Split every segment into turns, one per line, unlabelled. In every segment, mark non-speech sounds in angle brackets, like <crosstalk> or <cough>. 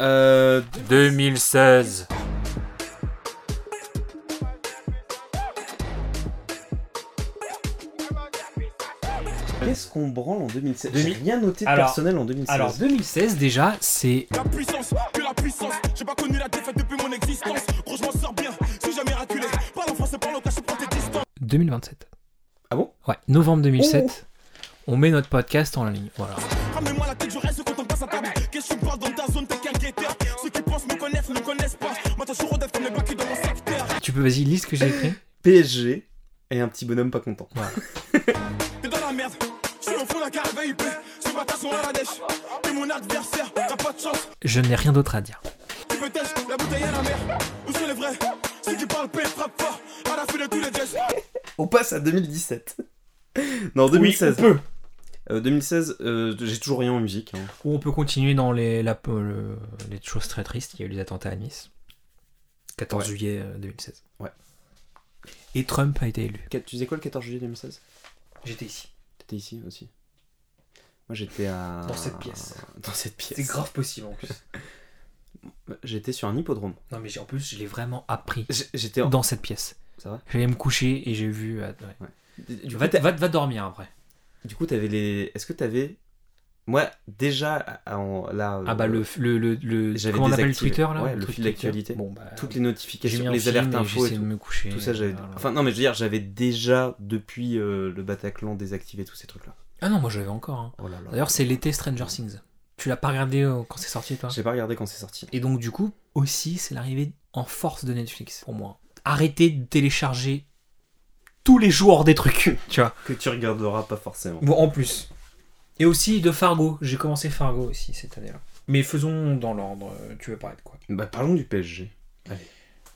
Euh,
2016.
Qu'est-ce qu'on branle en 2016 J'ai
2000.
rien noté de
Alors-
personnel en 2016.
Alors 2016 déjà, c'est
La puissance, que la puissance. J'ai pas connu la défaite depuis mon existence. Gros, je m'en sors bien, c'est jamais raculé. Parle en français, parle en cash, prends tes distances.
2027.
Ah bon
Ouais, novembre 2007. On met notre podcast en ligne. Voilà.
Ramène-moi la tête, je reste quand on passe à table. Qu'est-ce que tu parles dans ta zone, t'es qu'un guetteur. Ceux qui pensent me connaissent, ne connaissent pas. Moi, t'as toujours comme les bacs dans mon secteur.
Tu peux, vas-y, liste que j'ai écrit.
PSG et un petit bonhomme pas content.
T'es dans la merde, je suis au fond d'un carré VIP. Ce bâtard sont à la dèche. T'es mon adversaire, t'as pas de chance.
Je n'ai rien d'autre à dire.
Tu peux têche, la bouteille à la mer. Où sont les vrais Ceux qui parlent paix, frappe fort. À la fin de tous les gestes.
On passe à 2017. <laughs> non, 2016. Euh, 2016, euh, j'ai toujours rien en musique. hein.
Ou on peut continuer dans les, la- euh, le- les choses très tristes. Il y a eu les attentats à Nice. 14
Ouais.
juillet euh, 2016.
Ouais.
Et Trump a été élu.
Qu- Tu faisais quoi le 14 juillet 2016
J'étais ici.
T'étais ici aussi Moi j'étais à.
Dans cette pièce.
<laughs> Dans cette pièce. Bah,
possible en plus.
J'étais sur un hippodrome.
non mais j'ai- en plus, je l'ai vraiment appris
J- J'étais en.
dans cette pièce.
Ça va
J'allais me coucher et j'ai vu... ah, ouais.
Du
va,
coup,
va- va dormir après.
Du coup, t'avais les. Est-ce que t'avais. Moi, déjà, à- en- là. euh,
Ah bah le... le, le, le-
j'avais
comment on appelle
désactivé.
Twitter là
Ouais, le
truc
fil
Twitter.
d'actualité.
Bon bah...
Toutes les notifications,
j'ai mis un
les
film
alertes
et
info
j'essayais
et
de
tout.
me coucher.
Tout ça, j'avais.
Voilà.
Enfin, non, mais je veux dire, j'avais déjà, depuis euh, le Bataclan, désactivé tous ces trucs-là.
Ah non, moi j'avais encore. hein.
Oh là là.
D'ailleurs, c'est l'été Stranger Things. Tu l'as pas regardé euh, quand c'est sorti, toi
J'ai pas regardé quand c'est sorti.
Et donc, du coup, aussi, c'est l'arrivée en force de Netflix, pour moi. Arrêtez de télécharger tous les jours des trucs, <laughs> tu vois.
Que tu regarderas pas forcément.
Bon, en plus. Et aussi de Fargo. J'ai commencé Fargo aussi cette année-là. Mais faisons dans l'ordre. euh, Tu veux parler de quoi
<laughs> Bah, parlons du PSG.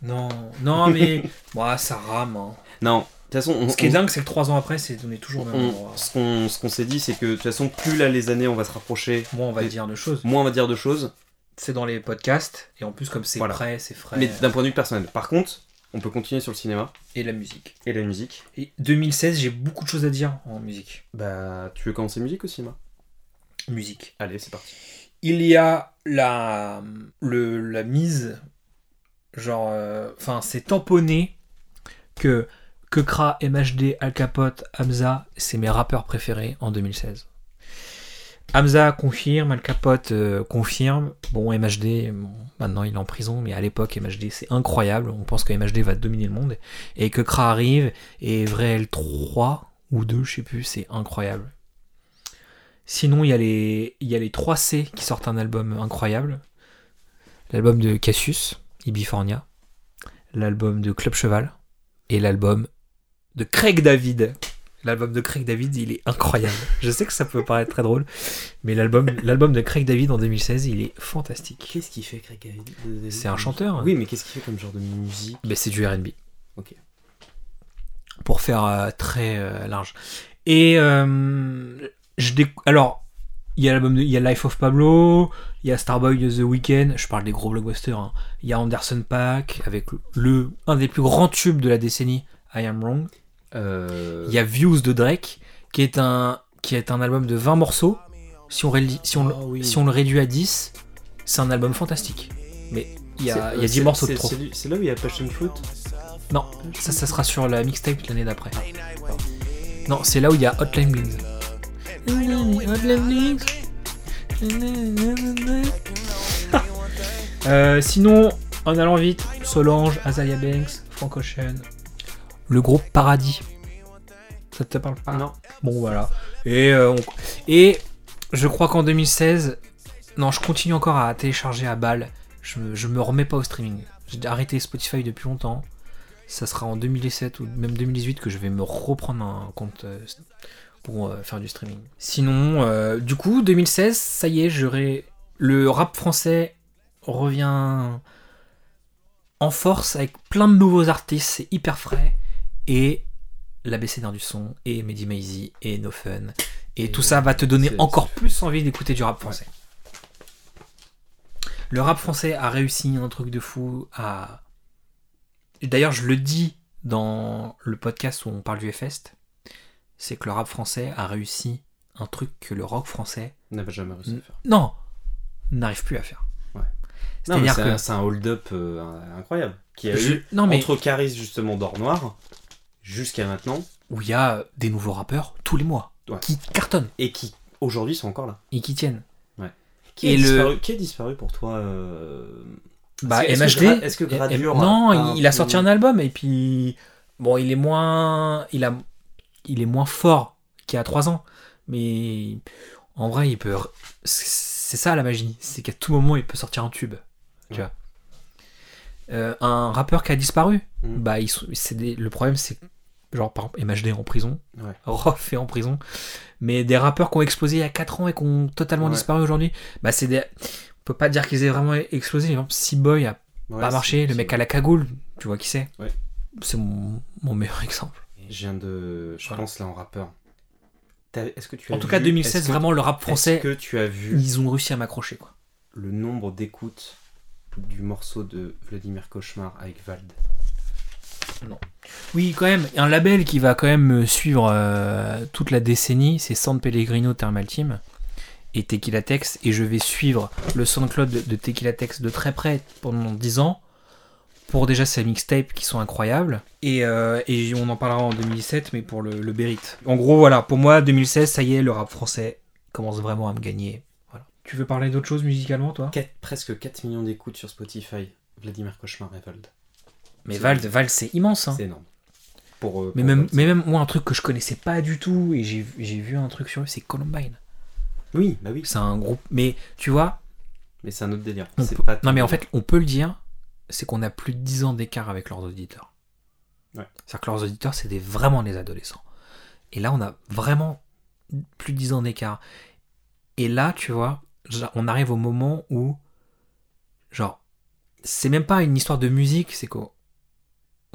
Non,
<laughs>
non, mais. moi ça rame. hein.
Non, de toute façon, on,
Ce qui est
on-
dingue, c'est que trois ans après, c'est on est toujours au même
on-
endroit.
ce qu'on ce qu'on s'est dit, c'est que de toute façon, plus là les années on va se rapprocher,
Moi, on va dire deux choses.
moins on va dire de choses,
C'est dans les podcasts. Et en plus, comme c'est
Voilà.
prêt, c'est frais.
mais d'un point de vue personnel. Par contre, on peut continuer sur le cinéma
Et la musique.
et la musique.
Et 2016, j'ai beaucoup de choses à dire en musique.
Bah, tu veux commencer musique au cinéma
Musique.
Allez, c'est parti.
Il y a la, le, la mise, genre, euh, enfin, c'est tamponné que que Kra, MHD, Al Capote, Hamza, c'est mes rappeurs préférés en 2016. Hamza confirme, Al Capote euh, confirme. Bon, MHD, bon, maintenant il est en prison, mais à l'époque, MHD, c'est incroyable. On pense que MHD va dominer le monde. Et que Kra arrive, et vrai L3 ou 2, je sais plus, c'est incroyable. Sinon, il y, a les, il y a les 3C qui sortent un album incroyable. L'album de Cassius, Ibifornia. L'album de Club Cheval. Et l'album de Craig David. L'album de Craig David, il est incroyable. Je sais que ça peut paraître très drôle, mais l'album l'album de Craig David en 2016, il est fantastique.
Qu'est-ce qu'il fait, Craig David
C'est un chanteur.
Oui, mais qu'est-ce qu'il fait comme genre de musique
Ben, c'est du RB.
Ok.
Pour faire euh, très euh, large. Et euh, je déc- alors, il y a l'album, de- il y a Life of Pablo, il y a Starboy de The Weeknd, je parle des gros blockbusters. hein. Il y a Anderson Paak avec le un des plus grands tubes de la décennie, I Am Wrong.
euh...
Il y a Views de Drake, qui est un qui est un album de 20 morceaux. Si on, réli- si on, le-
Ah oui.
si on le réduit à 10, c'est un album fantastique. Mais il y a,
c'est-
il y a
c'est-
10 morceaux de
c'est-
trop.
c'est lui- C'est là où il y a Passion Fruit
Non, ça, ça sera sur la mixtape de l'année d'après. Non, c'est là où il y a Hotline Bling. <laughs> Euh, sinon, en allant vite, Solange, Azalea Banks, Frank Ocean, le groupe Paradis. Ça te parle pas
Non.
Bon, voilà. Et, euh, on- Et je crois qu'en 2016, non, je continue encore à télécharger à balle. Je me, je me remets pas au streaming. J'ai arrêté Spotify depuis longtemps. Ça sera en 2017 ou même 2018 que je vais me reprendre un compte euh, pour euh, faire du streaming. Sinon, euh, du coup, 2016, ça y est, j'aurai. Le rap français revient en force avec plein de nouveaux artistes, c'est hyper frais. Et l'ABCDR du son, et Mehdi Maizy, et No Fun. Et
Et
tout ça va te donner
c'est-
encore plus envie d'écouter du rap français. Le rap français a réussi un truc de fou à. Et D'ailleurs, je le dis dans le podcast où on parle du Fest, c'est que le rap français a réussi un truc que le rock français Mm.
n'avait jamais réussi à faire.
non, n'arrive plus à faire.
Ouais. Non, mais
C'est-à-dire
C'est
que-
un- c'est un, hold-up euh, un- incroyable. Qui a
Je-
eu
Non, mais
entre Caris, justement, d'Or Noir, jusqu'à maintenant,
où il y a euh, des nouveaux rappeurs tous les mois
Ouais.
qui cartonnent
et qui, aujourd'hui, sont encore là.
et qui tiennent.
Qui,
Et
est
le-
disparu, qui est disparu pour toi euh,
Bah,
est-ce que
MHD.
Gra- Est-ce que
eh, eh,
Gradure.
non, il, il a sorti
peu-
un album et puis bon, il est moins, il a, il est moins fort qu'il y a 3 ans, mais en vrai, il peut. C'est ça la magie, c'est qu'à tout moment, il peut sortir un tube. Tu
Ouais.
vois. Euh, un rappeur qui a disparu,
Mm.
bah, ils sont- c'est des- le problème, c'est que, genre par exemple MHD en prison,
Ouais.
<laughs> Rof est en prison, mais des rappeurs qui ont explosé il y a 4 ans et qui ont totalement
Ouais.
disparu aujourd'hui, bah c'est des, on peut pas dire qu'ils aient vraiment explosé. Par exemple, C-Boy a
Ouais,
pas
c'est-
marché, le
c'est-
mec à la cagoule, tu vois qui c'est
Ouais.
C'est mon, mon meilleur <laughs> exemple.
Je viens de. Je
Voilà.
pense là en rappeur. T'as- Est-ce que tu as
En tout
vu-
cas, 2016,
est-ce que-
vraiment le rap français,
Est-ce que tu as vu
ils ont réussi à m'accrocher quoi.
le nombre d'écoutes du morceau de Vladimir Cauchemar avec Vald
Oui, quand même, un label qui va quand même euh, suivre euh, toute la décennie, c'est San Pellegrino Thermal Team et Tequila Tex, et je vais suivre le SoundCloud de, de Tequila Tex de très près pendant 10 ans, pour déjà ses mixtapes qui sont incroyables, et, euh, et on en parlera en 2017, mais pour le, le Bérite. En gros, voilà, pour moi, 2016, ça y est, le rap français commence vraiment à me gagner. Voilà. Tu veux parler d'autre chose musicalement, toi
Quatre- Presque 4 millions d'écoutes sur Spotify. Vladimir Cauchemar et Vald.
Mais Vald, Vald c'est immense, hein.
C'est énorme. Pour, euh,
Mais
pour
même,
Vald,
mais même moi, un truc que je connaissais pas du tout, et j'ai j'ai vu un truc sur eux, c'est Columbine.
c'est- Oui, bah oui.
C'est un groupe. Mais tu vois,
Mais c'est un autre délire.
on
C'est
peut-
pas
non mais en fait, on peut le dire, c'est qu'on a plus de 10 ans d'écart avec leurs auditeurs.
Ouais.
C'est-à-dire que leurs auditeurs, c'est des- vraiment les adolescents. Et là, on a vraiment plus de 10 ans d'écart. Et là, tu vois, genre, on arrive au moment où, genre, c'est même pas une histoire de musique, c'est qu'on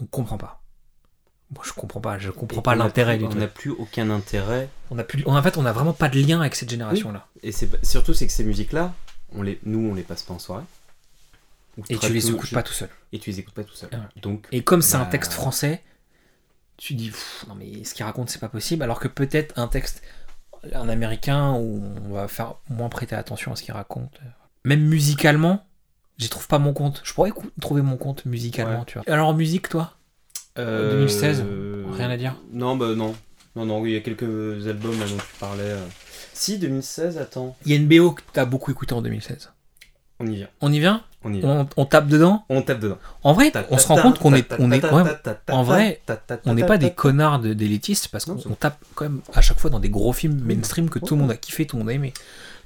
on comprend pas. Moi, je comprends pas, je comprends
Et
pas
on a
l'intérêt
plus-
du
On n'a
truc.
plus aucun intérêt.
On a plus, en fait, on a vraiment pas de lien avec cette génération-là.
Et c'est pas- surtout, c'est que ces musiques-là, on les... nous, on les passe pas en soirée. Ou
Et
très
tu les
peu,
écoutes
je-
pas tout seul.
Et tu les écoutes pas tout seul.
Ouais.
Donc,
Et comme c'est un
Bah.
texte français, tu dis Pff, non mais ce qu'il raconte c'est pas possible. Alors que peut-être un texte un américain où on va faire moins prêter attention à ce qu'il raconte. Même musicalement, j'y trouve pas mon compte. Je pourrais écou- trouver mon compte musicalement,
Ouais.
tu vois. Alors en musique, toi,
Euh,
2016,
euh,
rien à dire.
Non, bah non. Non, non, il y a quelques albums là, dont tu parlais. euh. Si, 2016, attends.
il y a une BO que t'as beaucoup écouté en 2016.
On y vient.
On y vient
On y vient.
on, on tape dedans
On, tape dedans.
En vrai, on se rend compte qu'on est, on est quand même en vrai, on n'est
n'est
pas des connards de- d'élitistes parce
Non,
qu'on
c'est
on tape quand même à chaque fois dans des gros films mainstream que tout le monde a kiffé, tout le monde a aimé.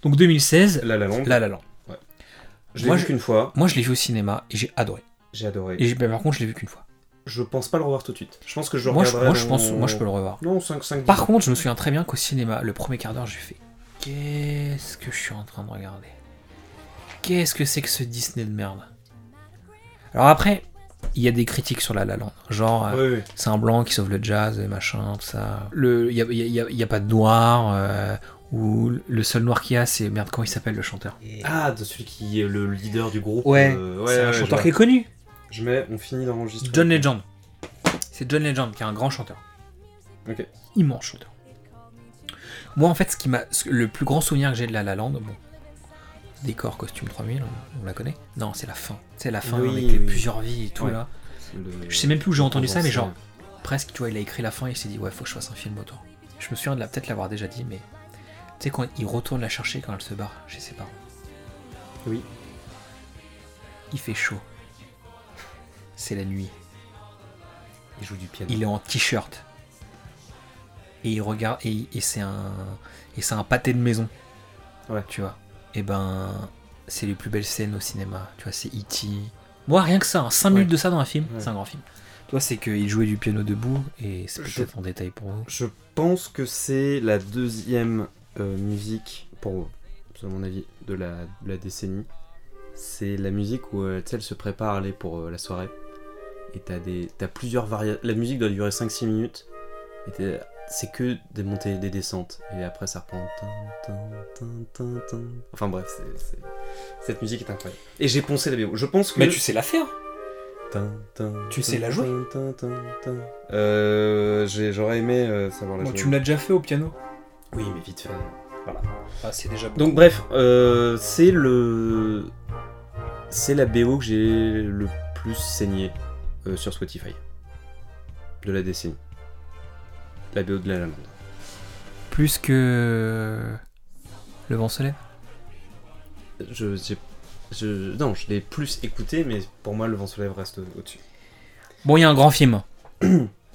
Donc 2016,
La La Land.
La La Land.
Je l'ai
moi,
vu
je-
qu'une fois.
Moi, je l'ai vu au cinéma et j'ai adoré.
J'ai adoré.
Et j'ai- bah, par contre, je l'ai vu qu'une fois.
Je pense pas le revoir tout de suite. Je pense que je le
Moi, je,
regarderai.
moi, je
dans-
pense, moi, je peux le revoir.
Non, 5, 5.
Par contre, je me souviens très bien qu'au cinéma, le premier quart d'heure, j'ai fait Qu'est-ce que je suis en train de regarder Qu'est-ce que c'est que ce Disney de merde Alors après, il y a des critiques sur La La Land. Genre, euh,
Oui, oui.
c'est un blanc qui sauve le jazz, et machin, tout ça. Il n'y a, y a- y a- y a pas de noir, euh, ou le seul noir qu'il y a, c'est. Merde, comment il s'appelle le chanteur
Ah, de celui qui est le leader du groupe.
Ouais,
euh,
C'est un
ouais,
chanteur
je
qui est connu.
vois. Je mets, on finit d'enregistrer.
John Legend. C'est John Legend qui est un grand chanteur.
Ok.
Immense chanteur. Moi, en fait, ce qui m'a, ce- le plus grand souvenir que j'ai de La La Land, bon, décor, costume 3000, on, on la connaît. Non, c'est la fin. C'est la fin
Oui,
avec les
oui.
plusieurs vies et tout
Ouais.
là.
Le-
Je sais même plus où j'ai entendu ça, mais
Condensé.
genre, presque, tu vois, il a écrit la fin et il s'est dit, ouais, faut que je fasse un film autour. Je me souviens de la, peut-être l'avoir déjà dit, mais tu sais, quand il retourne la chercher quand elle se barre chez ses parents.
Oui.
Il fait chaud. C'est la nuit.
Il joue du piano.
Il est en t-shirt. Et il regarde, et, et c'est un, et c'est un pâté de maison.
Ouais.
Tu vois. Et ben, c'est les plus belles scènes au cinéma. Tu vois, c'est E.T. Moi, rien que ça, 5
Ouais.
minutes de ça dans un film,
Ouais.
c'est un grand film. Toi, c'est qu'il jouait du piano debout, et c'est
Je-
peut-être en détail pour vous.
Je pense que c'est la deuxième euh, musique, pour selon mon avis, de la, de la décennie. C'est la musique où euh, tu sais, elle se prépare à aller pour euh, la soirée. Et t'as des, t'as plusieurs variations. La musique doit durer 5-6 minutes. Et t'es- c'est que des montées et des descentes. Et après ça reprend. Tin, tin, tin, tin, tin. Enfin bref, c'est- c'est- cette musique est incroyable. Et j'ai poncé la BO. Je pense que.
sais la faire
Tin, tin,
tu
tin,
sais la jouer
tin, tin, tin. Euh, j'ai- J'aurais aimé euh, savoir la jouer.
l'as déjà fait au piano
Oui, mais vite fait.
Ah, C'est déjà
Donc bref, euh, c'est le C'est la BO que j'ai le plus saigné euh, sur Spotify de la décennie. La BO de La La Land.
Plus que Le Vent se lève.
Je, j'ai- je- non, je l'ai plus écouté, mais pour moi, Le Vent se lève reste au- au-dessus.
Bon, il y a un grand film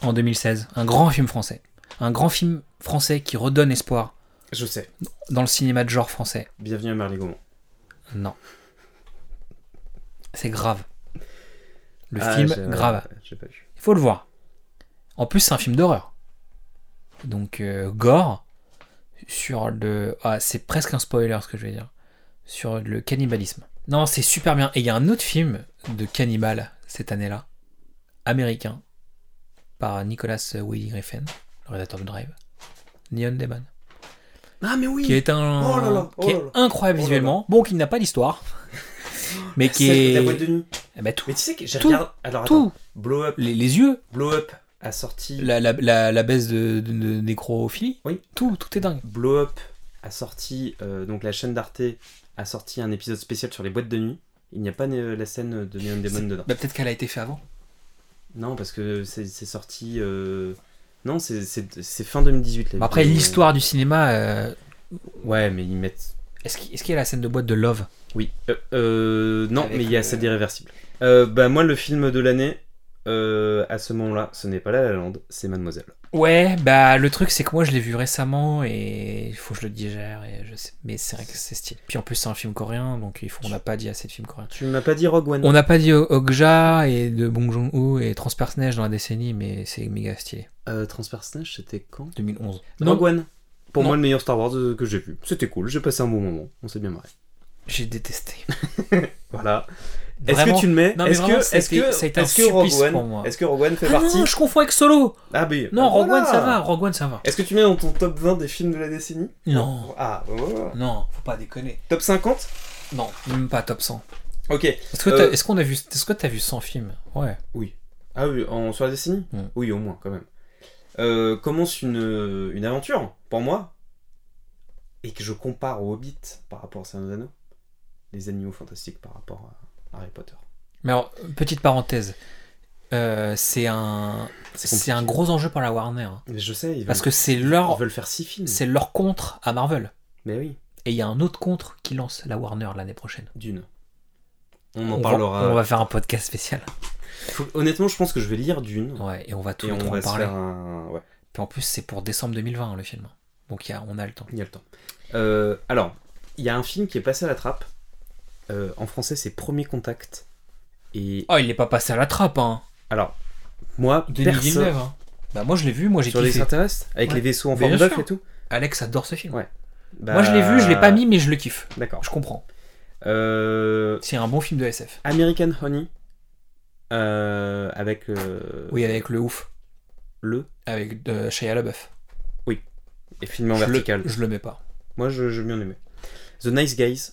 en 2016, un grand film français. Un grand film français qui redonne espoir
Je sais.
dans le cinéma de genre français.
Bienvenue à Marley Gaumont.
Non. C'est grave. Le
Ah,
film,
j'ai-
grave.
ouais, J'ai pas vu.
Il faut le voir. En plus, c'est un film d'horreur. Donc, euh, gore sur le. Ah, c'est presque un spoiler ce que je vais dire. Sur le cannibalisme. Non, c'est super bien. Et il y a un autre film de cannibale cette année-là, américain, par Nicolas Winding Refn, le réalisateur de Drive, Neon Demon,
Ah, mais oui
qui est un.
Oh là là, oh
qui
là
est
là.
incroyable
Oh là là.
visuellement. Bon, qui n'a pas <laughs> d'histoire. mais qui est.
La boîte de nuit.
Eh ben, tout.
Mais tu sais que j'ai
Tout,
regardé. Alors,
Tout.
attends. Blow Up.
Les- les yeux,
Blow Up a sorti.
La, la, la, la baisse de, de, de nécrophilie
Oui.
Tout, tout est dingue.
Blow Up a sorti. euh, donc, la chaîne d'Arte a sorti un épisode spécial sur les boîtes de nuit. Il n'y a pas euh, la scène de <laughs> Neon Demon dedans.
Bah, peut-être qu'elle a été faite avant.
Non, parce que c'est c'est sorti. euh, Non, c'est- c'est c'est fin 2018.
Bah, après,
vidéo.
l'histoire du cinéma, euh,
Ouais, mais ils mettent.
est-ce qu'il est-ce qu'il y a la scène de boîte de Love
Oui. Euh, euh, non,
Avec
mais il y a
le-
celle d'irréversible. Euh, bah, moi, le film de l'année, euh, à ce moment-là, ce n'est pas La La Land, c'est Mademoiselle.
Ouais, bah le truc c'est que moi je l'ai vu récemment et il faut que je le digère et je sais. Mais c'est vrai que c'est stylé. Puis en plus c'est un film coréen donc il faut, on n'a pas dit assez de films coréens.
Tu m'as pas dit Rogue One
On n'a pas dit Okja et de Bong Joon-ho et Transpersonnage dans la décennie mais c'est méga stylé.
Euh, Transpersonnage, c'était quand
2011.
Rogue One. Pour
Non.
moi, le meilleur Star Wars euh, que j'ai vu. C'était cool, j'ai passé un bon moment, on s'est bien marré.
j'ai détesté.
Voilà. <laughs> Est-ce
Vraiment.
que tu le mets
Non, mais
Est-ce
vraiment,
que, est-ce
c'était-
que,
ça a été un
est-ce que Rogue
supplice pour
One,
moi.
est-ce que Rogue One fait
Ah
partie
non, je confonds avec Solo
Ah, oui.
Non, Rogue
Voilà.
One ça va, Rogue One ça va.
Est-ce que tu mets dans ton top 20 des films de la décennie
Non.
Ah, oh.
Non, faut pas déconner.
top 50
Non, même pas top 100.
Ok.
Est-ce que
Euh,
t'as est-ce qu'on a vu est-ce que t'as vu 100 films Ouais.
Ah oui, en, sur la décennie
Mm.
Oui, au moins, quand même. Euh, commence une, une aventure, pour moi, et que je compare au Hobbit par rapport à Seigneur des Anneaux, les animaux fantastiques par rapport à Harry Potter.
Mais alors petite parenthèse. Euh, c'est un c'est
compliqué.
un gros enjeu pour la Warner hein.
Mais je sais, ils veulent,
parce que c'est
ils
leur
veulent faire 6 films.
c'est leur contre à Marvel
Mais oui,
et il y a un autre contre qui lance la Warner l'année prochaine.
d'une. On en
va-
parlera.
on va faire un podcast spécial.
Faut- Honnêtement, je pense que je vais lire d'une.
Ouais, et on va Oh, tous
Et
les
on
trois
va
en
se
parler.
faire un. Ouais,
Puis en plus, c'est pour décembre 2020 hein, le film. Donc il y a, on a le temps.
il y a le temps. Euh, alors, il y a un film qui est passé à la trappe. Euh, en français, c'est Premier Contact. Et
Oh, il n'est pas passé à la trappe hein.
alors, moi,
Denis
perso-
Villeneuve hein. Bah moi je l'ai vu, moi j'ai
Sur les
kiffé.
extraterrestres Avec
Ouais.
les vaisseaux en
Bien
forme
sûr.
d'œuf et tout
Alex adore ce film.
Ouais.
Moi je l'ai vu, je l'ai pas
Bah,
mis mais je le kiffe.
D'accord.
Je comprends.
Euh,
C'est un bon film de SF.
American Honey. euh, avec. euh,
Oui, avec le ouf.
Le.
Avec euh, Shia LaBeouf.
Et filmé en
je,
vertical.
Le, je le mets pas.
Moi, je, je bien aimé. The Nice Guys.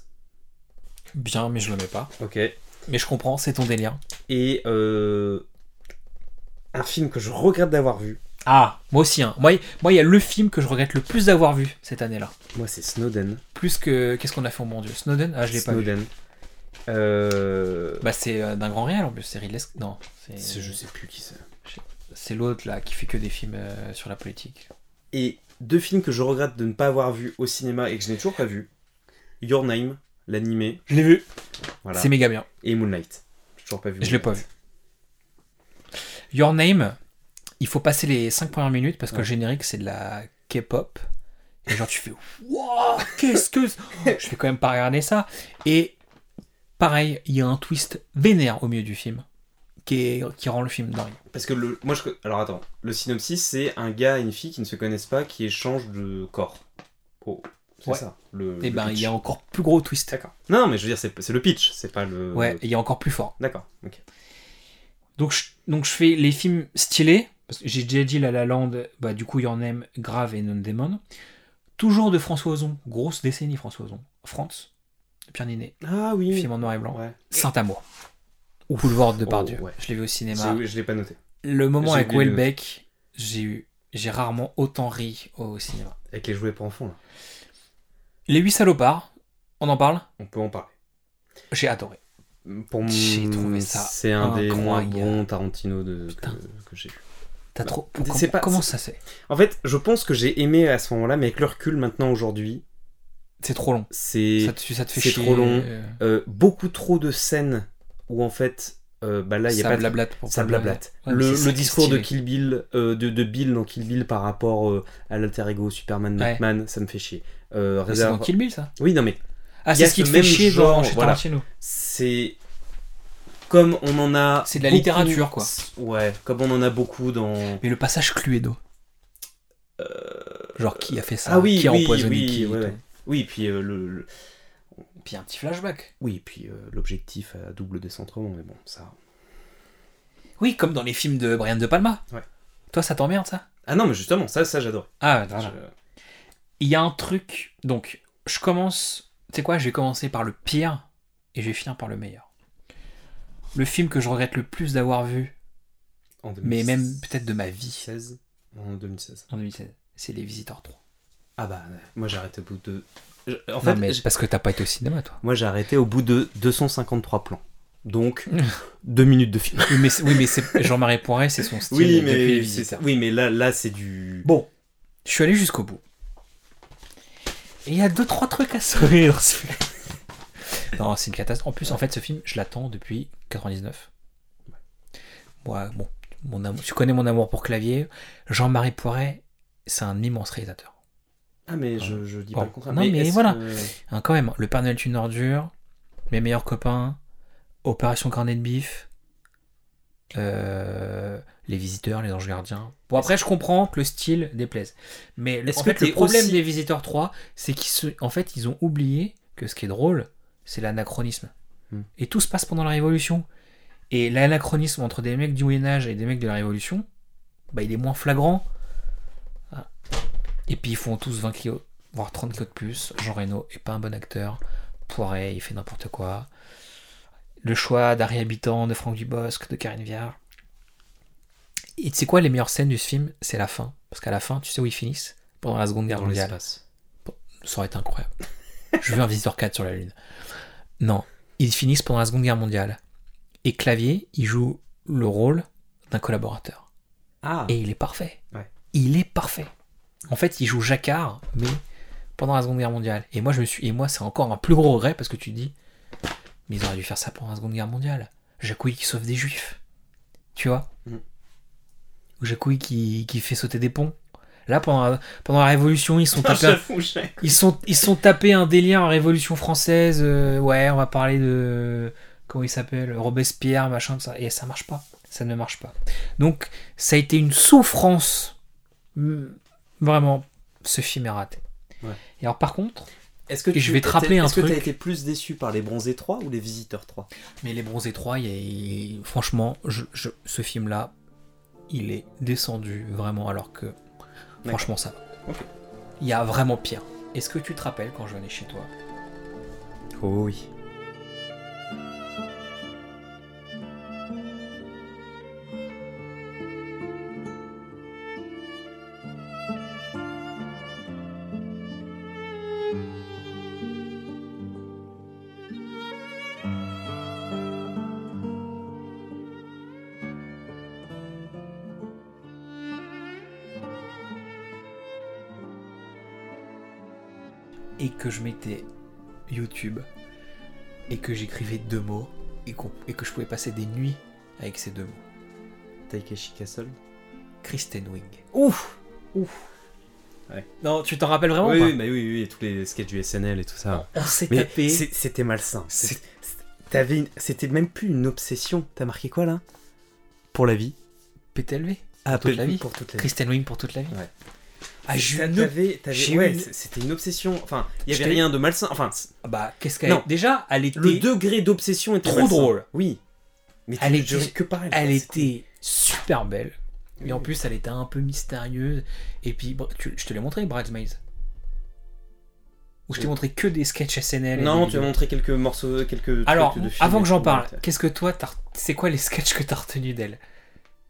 Bien, mais je le mets pas.
Ok.
Mais je comprends, c'est ton délire.
Et. euh, un film que je regrette d'avoir vu.
Ah, moi aussi. Hein. Moi, il moi, il y a le film que je regrette le plus d'avoir vu cette année-là.
Moi, c'est Snowden.
Plus que. Qu'est-ce qu'on a fait, oh mon dieu Snowden Ah, je l'ai pas vu.
Snowden. Euh,
Bah, c'est euh, d'un grand réel en plus. C'est Ridley Sc- Non, c'est.
c'est- Je sais plus qui c'est.
C'est l'autre là qui fait que des films euh, sur la politique.
Et deux films que je regrette de ne pas avoir vu au cinéma et que je n'ai toujours pas vu. Your Name, l'animé.
Je l'ai vu.
Voilà.
C'est méga bien.
et Moonlight. J'ai toujours pas vu.
Je l'ai pas vu. Your Name, il faut passer les 5 premières minutes parce que
Ouais.
le générique c'est de la K-pop. Et genre tu fais Wouah, qu'est-ce que. c'est Je vais quand même pas regarder ça. Et pareil, il y a un twist vénère au milieu du film qui, est- qui rend le film dingue.
Parce que le, moi je, alors attends, le synopsis c'est un gars et une fille qui ne se connaissent pas qui échangent de corps. Oh, c'est
Ouais.
ça. Le,
Et
le
ben il
pitch.
y a encore plus gros twist.
D'accord. Non, mais je veux dire c'est c'est le pitch, c'est pas le.
Ouais, et il y a encore plus fort.
D'accord. Ok.
Donc je, donc je fais les films stylés, parce que j'ai déjà dit La La Land, bah, du coup Your Name, Grave et Non Demon. Toujours de François Ozon, grosse décennie François Ozon. France, Pierre Ninet,
Ah oui.
film en noir et blanc.
Ouais.
Saint-Amour. Boulevard de Pardieu.
Oh, ouais.
Je l'ai vu au cinéma.
J'ai- Je l'ai pas noté.
Le moment
J'ai
avec
vu le-
Welbeck, j'ai eu, j'ai rarement autant ri au cinéma.
Avec les jouets pour enfants là.
Les huit salopards, on en parle
On peut en parler.
J'ai adoré.
Pour moi,
J'ai trouvé ça
c'est un des moins
incroyable.
bons Tarantino de, que,
Putain.
que j'ai vu.
T'as
Bah,
trop.
c'est
Comment,
pas-
comment ça c'est
En fait, je pense que j'ai aimé à ce moment-là, mais avec le recul maintenant aujourd'hui,
C'est trop long.
c'est
ça, te, ça te fait
c'est
chier.
trop long.
euh,
euh, beaucoup trop de scènes où en fait, euh, bah là, il y a
ça
pas de-
blablate. pour
ça
pas-
blablate.
Ouais, mais
le,
c'est ça
le
qui est
discours de
stylé.
Kill Bill, euh, de, de Bill dans Kill Bill par rapport euh, à l'alter ego Superman
Ouais.
Batman, ça me fait chier. Euh,
Mais C'est dans
Réserve-
Kill Bill ça
Oui, non mais
Ah,
y a
c'est ce qui
ce
te fait
même
chier
genre,
genre, chez
voilà.
Tarantino.
c'est comme on en a.
C'est de la
beaucoup-
littérature, quoi.
Ouais, comme on en a beaucoup dans.
Mais le passage Cluedo. Genre qui a fait ça
Ah oui,
Qui a
oui,
empoisonné
oui,
qui et
ouais,
tout.
ouais. Oui, puis euh, le, le-
Puis un petit flashback.
oui, puis euh, l'objectif à double décentrement, mais bon, ça.
Oui, comme dans les films de Brian De Palma.
Ouais.
Toi, ça t'emmerde ça
Ah non, mais justement, ça, ça j'adore.
Ah, voilà.
Je-
Il y a un truc. Donc, je commence. Tu sais quoi Je vais commencer par le pire et je vais finir par le meilleur. Le film que je regrette le plus d'avoir vu,
En
mais
2016,
même peut-être de ma vie,
En 2016.
en 2016, c'est Les Visiteurs 3.
Ah bah, ouais. moi j'ai arrêté au bout de. je- En
En
fait,
fait, mais
j'ai-
parce que t'as pas été au cinéma, toi.
moi j'ai arrêté au bout de 253 plans.
<laughs>
Donc, deux minutes de film.
Oui, mais, c'est- oui, mais c'est- Jean-Marie Poiret, c'est son style.
Oui,
depuis Les
mais, c'est-
Visiteurs.
oui, mais là, là c'est du.
Bon, je suis allé jusqu'au bout. Et il y a deux trois trucs à sauver dans ce film. <laughs> non, c'est une catastrophe. En plus, en fait, ce film, je l'attends depuis 99. Moi, bon, mon amour, tu connais mon amour pour clavier. Jean-Marie Poiret, c'est un immense réalisateur.
Ah, mais je, je dis
Bon.
pas le contraire.
Non, mais
est-ce
voilà.
que-
Hein, quand même, Le Père Noël est une ordure, Mes meilleurs copains, Opération Cornet de Bif, euh, Les Visiteurs, Les Anges Gardiens. Bon, après, je comprends que le style déplaise. Mais le,
Est-ce
en
que
fait, le
t'es
problème
aussi-
des Visiteurs 3, c'est qu'ils se- en fait, ils ont oublié que ce qui est drôle, c'est l'anachronisme.
Hmm.
Et tout se passe pendant la Révolution. Et l'anachronisme entre des mecs du Moyen-Âge et des mecs de la Révolution, bah, il est moins flagrant. Ah. Et puis ils font tous 20 kilos, voire 30 kilos de plus. Jean Reno est pas un bon acteur. Poiret, il fait n'importe quoi. Le choix d'Harry Habitant, de Franck Dubosc, de Karine Viard. Et tu sais quoi, les meilleures scènes du film, c'est la fin. Parce qu'à la fin, tu sais où ils finissent Pendant la Seconde Guerre
Dans
mondiale.
l'espace.
Ça aurait été incroyable. Je veux un visiteur 4 sur la Lune. Non, ils finissent pendant la Seconde Guerre mondiale. Et Clavier, il joue le rôle d'un collaborateur.
Ah, <laughs>
Et il est parfait.
Ouais.
Il est parfait. En fait, il joue Jacquard, mais pendant la Seconde Guerre mondiale. Et moi, je me suis, et moi, c'est encore un plus gros regret parce que tu te dis, mais ils auraient dû faire ça pendant la Seconde Guerre mondiale. Jacouille qui sauve des Juifs, tu vois.
Mhm.
Ou Jacouille qui, qui fait sauter des ponts. Là, pendant la, pendant la Révolution,
<laughs>
ils sont tapés. un- ils sont, ils sont tapés un délire en Révolution française. euh, ouais, on va parler de. Comment il s'appelle Robespierre, machin, tout ça. Et ça marche pas. Ça ne marche pas. Donc, ça a été une souffrance. Mm, Vraiment, ce film est raté.
Ouais.
Et alors, par contre,
Est-ce que
Et je vais te rappeler un
est-ce que t'as
truc.
été plus déçu par les Bronzés 3 ou les Visiteurs 3
mais Les Bronzés 3, il y a- franchement, je- je- ce film-là, il est descendu vraiment, alors que, franchement, ça va.
Ok.
Il y a vraiment pire. Est-ce que tu te rappelles quand je venais chez toi
Oh oui.
et que je mettais YouTube et que j'écrivais deux mots et, qu'on- et que je pouvais passer des nuits avec ces deux mots.
Takeshi Castle
Kristen Wing. Ouf Ouf
Ouais.
Non, tu t'en rappelles vraiment
oui,
ou pas
oui, bah oui, oui, oui, tous les sketchs du SNL et tout ça.
On s'est
Mais
tapé.
c'est- c'était malsain.
C'est-
C'est- c'est- t'avais une- C'était même plus une obsession. T'as marqué quoi là Pour la vie.
PTLV.
Ah,
toute la vie.
Pour toute la vie.
Kristen Wing pour toute la vie.
Ouais.
Ah, j'ai eu un autre-
T'avais- t'avais-
j'ai eu
ouais,
une-
c'est- c'était une obsession. Enfin, il y
Je
avait
t'ai-
rien de malsain. Enfin, c'est-
Ah Bah, qu'est-ce qu'elle
Non.
Déjà, elle était.
le degré d'obsession était
Trop
malsain.
drôle.
Oui. Mais tu
Elle
ne
était-
jurais que par elle.
Elle
quoi.
était super belle. Et en
Oui.
plus, elle était un peu mystérieuse. Et puis, br- tu- je te l'ai montré, Bridesmaids. Où je t'ai
Oui.
montré que des sketchs SNL. et
Non,
des-
tu as montré quelques morceaux, quelques.
Alors,
trucs de films
avant
et
que j'en
tout,
parle,
ouais.
qu'est-ce que toi, t'as- c'est quoi les sketchs que t'as retenus d'elle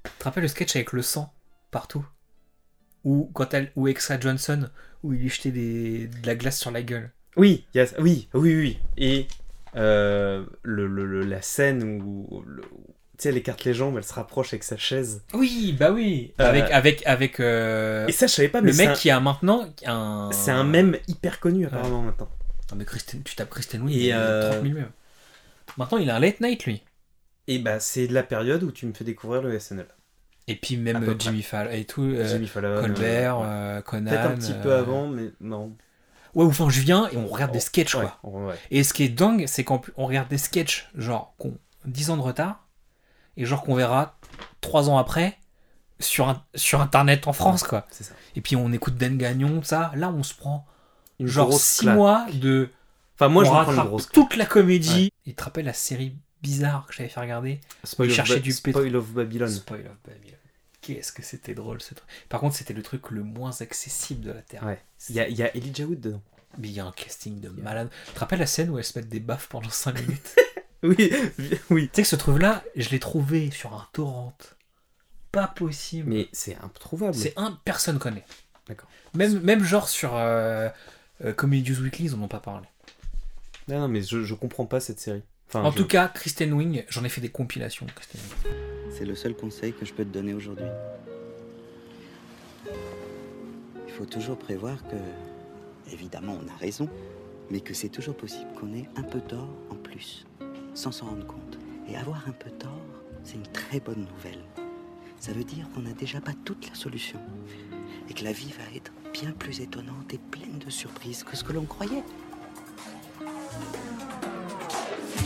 Tu te rappelles le sketch avec le sang partout Ou quand elle, ou Extra Johnson, où il lui jetait des, de la glace sur la gueule
Oui, il y a- oui, oui, oui. Et euh, le, le- le- la scène où, où le- où, tu sais, elle écarte les jambes, elle se rapproche avec sa chaise.
Oui, bah oui.
Euh,
Avec avec avec euh,
Et ça, je savais pas, mais
le
c'est
mec
un-
qui a maintenant un.
c'est un, mème hyper connu apparemment maintenant.
Non, mais Kristen- tu tapes Kristen Wiig.
Et,
il y a
euh,
30 000 mèmes. Maintenant, il a un late night lui.
Et bah, c'est de la période où tu me fais découvrir le SNL.
Et puis
À
même
peu
euh, Jimmy Fallon et tout. euh,
Jimmy Fallon.
Colbert,
euh, ouais.
euh, Conan.
Peut-être un petit peu
euh,
avant, mais non.
Ouais, ou enfin, je viens et on regarde des sketchs,
Ouais,
quoi.
ouais.
Et ce qui est dingue, c'est qu'on on regarde des sketchs, genre, qu'on 10 ans de retard, et genre qu'on verra 3 ans après sur, un- sur Internet en France, quoi.
C'est ça.
Et puis on écoute Dan Gagnon, ça. Là, on se prend
Une
genre
grosse
6
claque.
mois de.
Enfin, moi,
on
je me prends une
rattrape
grosse.
toute la comédie. Il te rappelle la série bizarre que j'avais fait regarder
Spoil,
chercher
of,
du
Spoil
pétrole.
of
<laughs>
Babylon.
Spoil of Babylon. Qu'est-ce que c'était drôle ce truc. Par contre, c'était le truc le moins accessible de la Terre.
Ouais. Il y a, il y a Elijah Wood dedans. <laughs>
Mais il y a un casting de malade. Tu te rappelles la scène où elles se mettent des baffes pendant 5 minutes
Oui, oui.
Tu sais que ce truc-là, je l'ai trouvé sur un torrent. Pas possible.
Mais c'est introuvable.
C'est un personne connaît.
D'accord.
Même, même genre sur euh, euh, Comedy News Weekly, ils en ont pas parlé.
Non, non, mais je, je comprends pas cette série. Enfin,
en
Ah, je-
tout cas, Kristen Wing, j'en ai fait des compilations. Kristen Wiig.
C'est le seul conseil que je peux te donner aujourd'hui. Il faut toujours prévoir que, évidemment, on a raison, mais que c'est toujours possible qu'on ait un peu tort en plus, sans s'en rendre compte. Et avoir un peu tort, c'est une très bonne nouvelle. Ça veut dire qu'on n'a déjà pas toute la solution, et que la vie va être bien plus étonnante et pleine de surprises que ce que l'on croyait.